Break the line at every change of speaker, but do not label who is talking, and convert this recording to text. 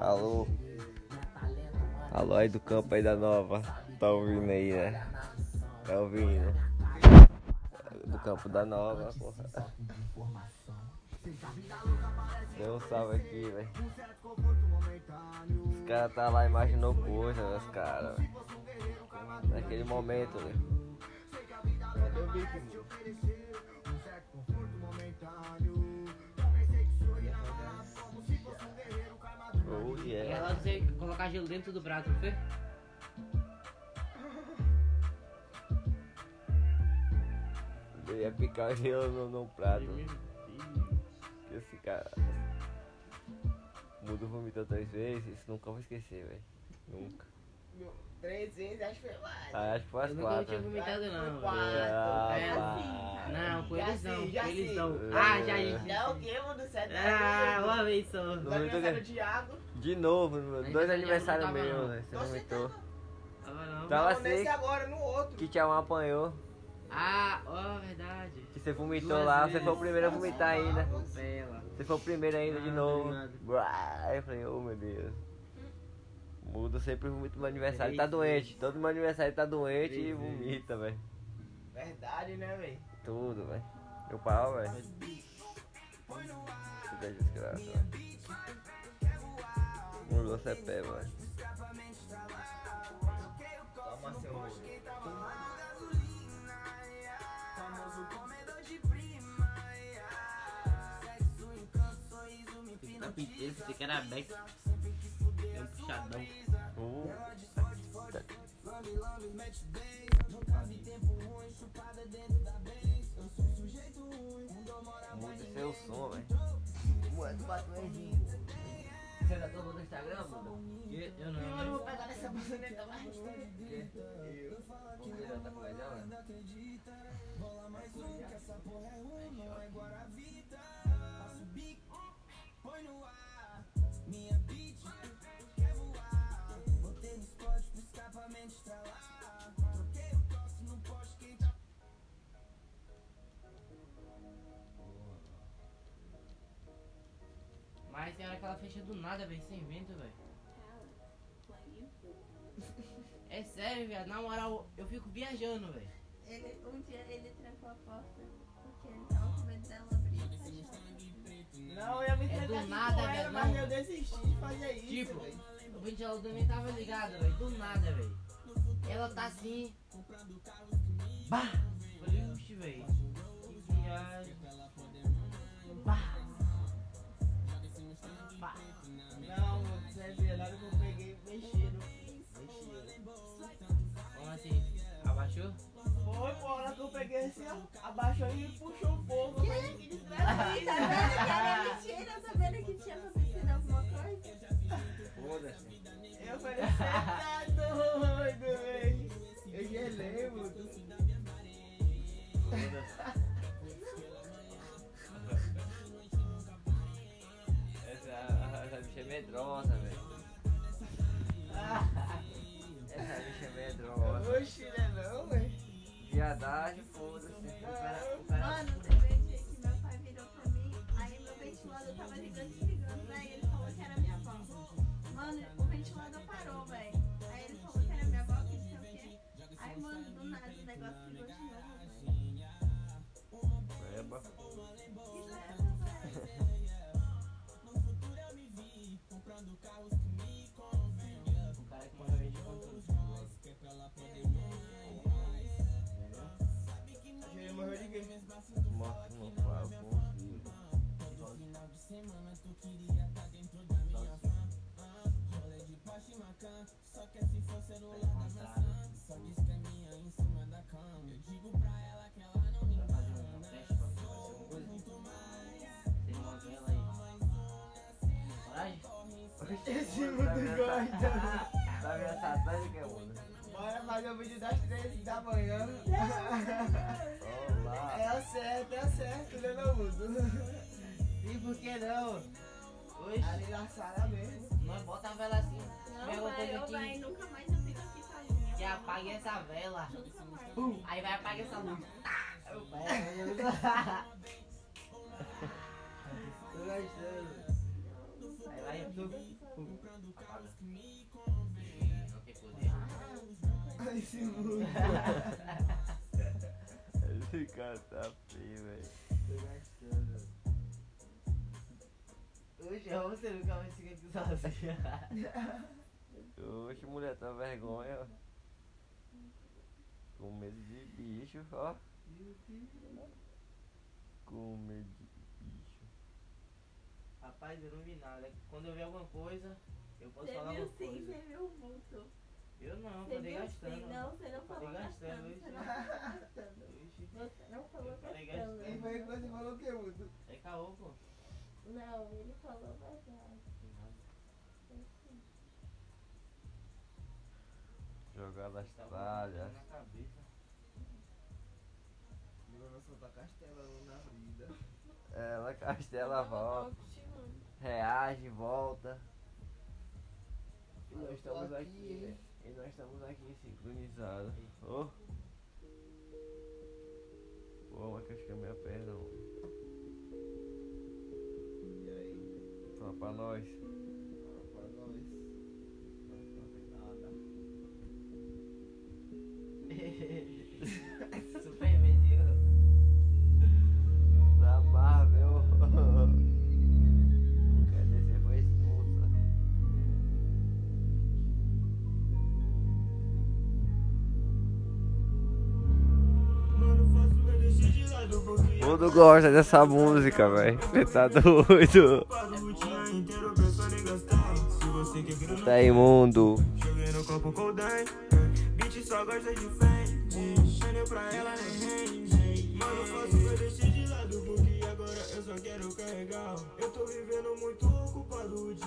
Alô. Alô aí do campo aí da nova. Tá ouvindo aí, né? Tá ouvindo. Do campo da nova, porra. Deu um salve aqui, velho. Os caras tá lá, imaginou coisa, né, os caras, velho. Naquele momento, né? Oh,
E
yeah.
ela você colocar gelo dentro do braço, não foi?
Eu ia picar o gelo no, no prato. Esse cara. Mudo vomitou três vezes, isso nunca vou esquecer, velho. Nunca.
Meu, Três vezes, acho que foi mais.
Ah, acho que foi
Eu
as
nunca
quatro.
tinha vomitado, não.
Quatro.
É,
Ah, pá.
Não, com
Já
eles
sei,
não,
já
com eles
sei.
não.
É.
Ah, já gente.
Não, que, tá mano do céu.
Ah, uma vez só.
Não.
Vai aniversário do Thiago.
De novo, mano, dois
Ainda
aniversários
não tava,
meus,
não.
velho. Você
Tô
vomitou.
sentado.
Tava não.
Tava
Não, nesse
seco.
agora, no outro.
Que Tiamão apanhou,
Ah, ó, verdade.
que você vomitou
Duas
lá, você
vezes.
foi o primeiro a vomitar
Ah,
ainda.
Bela.
Você foi o primeiro ainda de
Ah,
novo.
obrigado.
Uá, eu falei, oh meu Deus. Mudo sempre vomita meu aniversário, tá
Três
doente. Todo meu aniversário tá doente e
Três
vomita, velho.
Verdade, né, velho?
Tudo, velho. Meu pau, velho. Tudo é desgraça, velho. Mudou seu pé, velho.
Toma seu olho.
Esse tampo inteiro, esse que era back. Deu um puxadão.
Uh. Muda seu som, velho.
Mano, bate mais vinho.
Você ainda tomou no Instagram, mano? Eu não.
Eu não vou pegar nessa maçaneta mais. Eu.
tá Mas tem hora que ela fecha do nada, velho, sem vento, velho. É sério, viado. Na moral, eu fico viajando, velho.
Ele, um dia ele trancou a porta porque ele tava com medo dela abrir e fechar.
Não, eu ia me
É do
entregar aqui
nada,
com ela,
velho,
mas
não.
eu desisti de fazer isso,
Tipo,
velho.
o ventilador nem tava ligado, velho. Do nada, velho. Ela tá assim. Bah! Falei, oxe, velho. Que viagem. Bah! Bah!
Não, mano, você é verdade que eu peguei mexendo. Mexendo.
Como assim? Abaixou?
Foi por hora que eu peguei assim, ó, abaixou e puxou um pouco. Eu falei, que desgraça é
Tá
isso?
vendo que era mentira? Tá vendo que tinha acontecido alguma coisa?
Foda-se.
Eu falei, você tá doido, velho. Eu gelei, mano.
Essa, essa bicha é medrosa, velho. Essa bicha é medrosa.
Oxi, né não, velho?
Viadagem, foda-se. O cara- o cara-
Mano, teve um dia que meu pai virou pra mim, aí meu ventilador tava ligando, desligando, velho. Ele falou que era minha avó. Mano, o ventilador parou, velho. Aí ele falou que era minha avó, que não sei o quê. Aí, mano, do nada o negócio ligou de novo, velho.
Eba.
Que merda, velho.
O cara que manda a gente contra é,
Ele morreu de quê?
Morto no pau, confio.
Esse mundo gosta.
Tá engraçado, tá de que é onda?
Bora fazer o vídeo das 3 da manhã.
Olá.
É o certo, é o certo, né, meu mundo? E por que não? Ali na sala mesmo.
Nós bota a vela assim, pega
Não,
uma
vai,
coisa
eu vai,
aqui
nunca mais eu fico aqui sozinha.
e apaga essa vela.
Nunca mais.
Pum, Aí vai apagar essa luz. Tá! Eu pego a luz.
Tô gostando.
Aí vai do. Apagado. Não quer poder.
Ai, esse mundo.
Esse cara tá feio, velho.
Tô gastando.
Hoje é você nunca mais fica aqui sozinha.
Oxe, mulher, tá vergonha. ó. Com medo de bicho, ó.
Meu Deus.
Com medo de bicho.
Rapaz, eu não vi nada. É Quando eu ver alguma coisa, eu posso
Você
falar
viu
alguma
sim,
coisa.
você viu o vulto.
Eu não,
Você
falei
viu sim,
gastando.
não, você não
Falei
falou
gastando,
gastando. Você não falou gastando.
Ixi,
Você não falou
Eu falei
gastando.
E foi quando você falou o que, mundo?
É caô, pô.
Não, ele falou verdade.
Jogar das
Tá
tralhas.
na cabeça.
Meu não soltar castelão na vida.
Ela castela volta. Reage, volta. E nós estamos aqui, né? E nós estamos aqui sincronizados. Ô! Pô, mas que acho que é minha perna, mano.
E aí?
Fala pra nós.
Fala pra nós. Não falei nada.
Superman, né? digo.
Da Marvel. Porque a DC foi expulsa. Todo gosta dessa música, velho. Você tá doido. Tá imundo.
Joguei no copo com o Dan Bitch só gosta de fãs Chanel pra ela nem rende Mano, faço eu deixei de lado Porque agora eu só quero carregar Eu tô vivendo muito ocupado o dia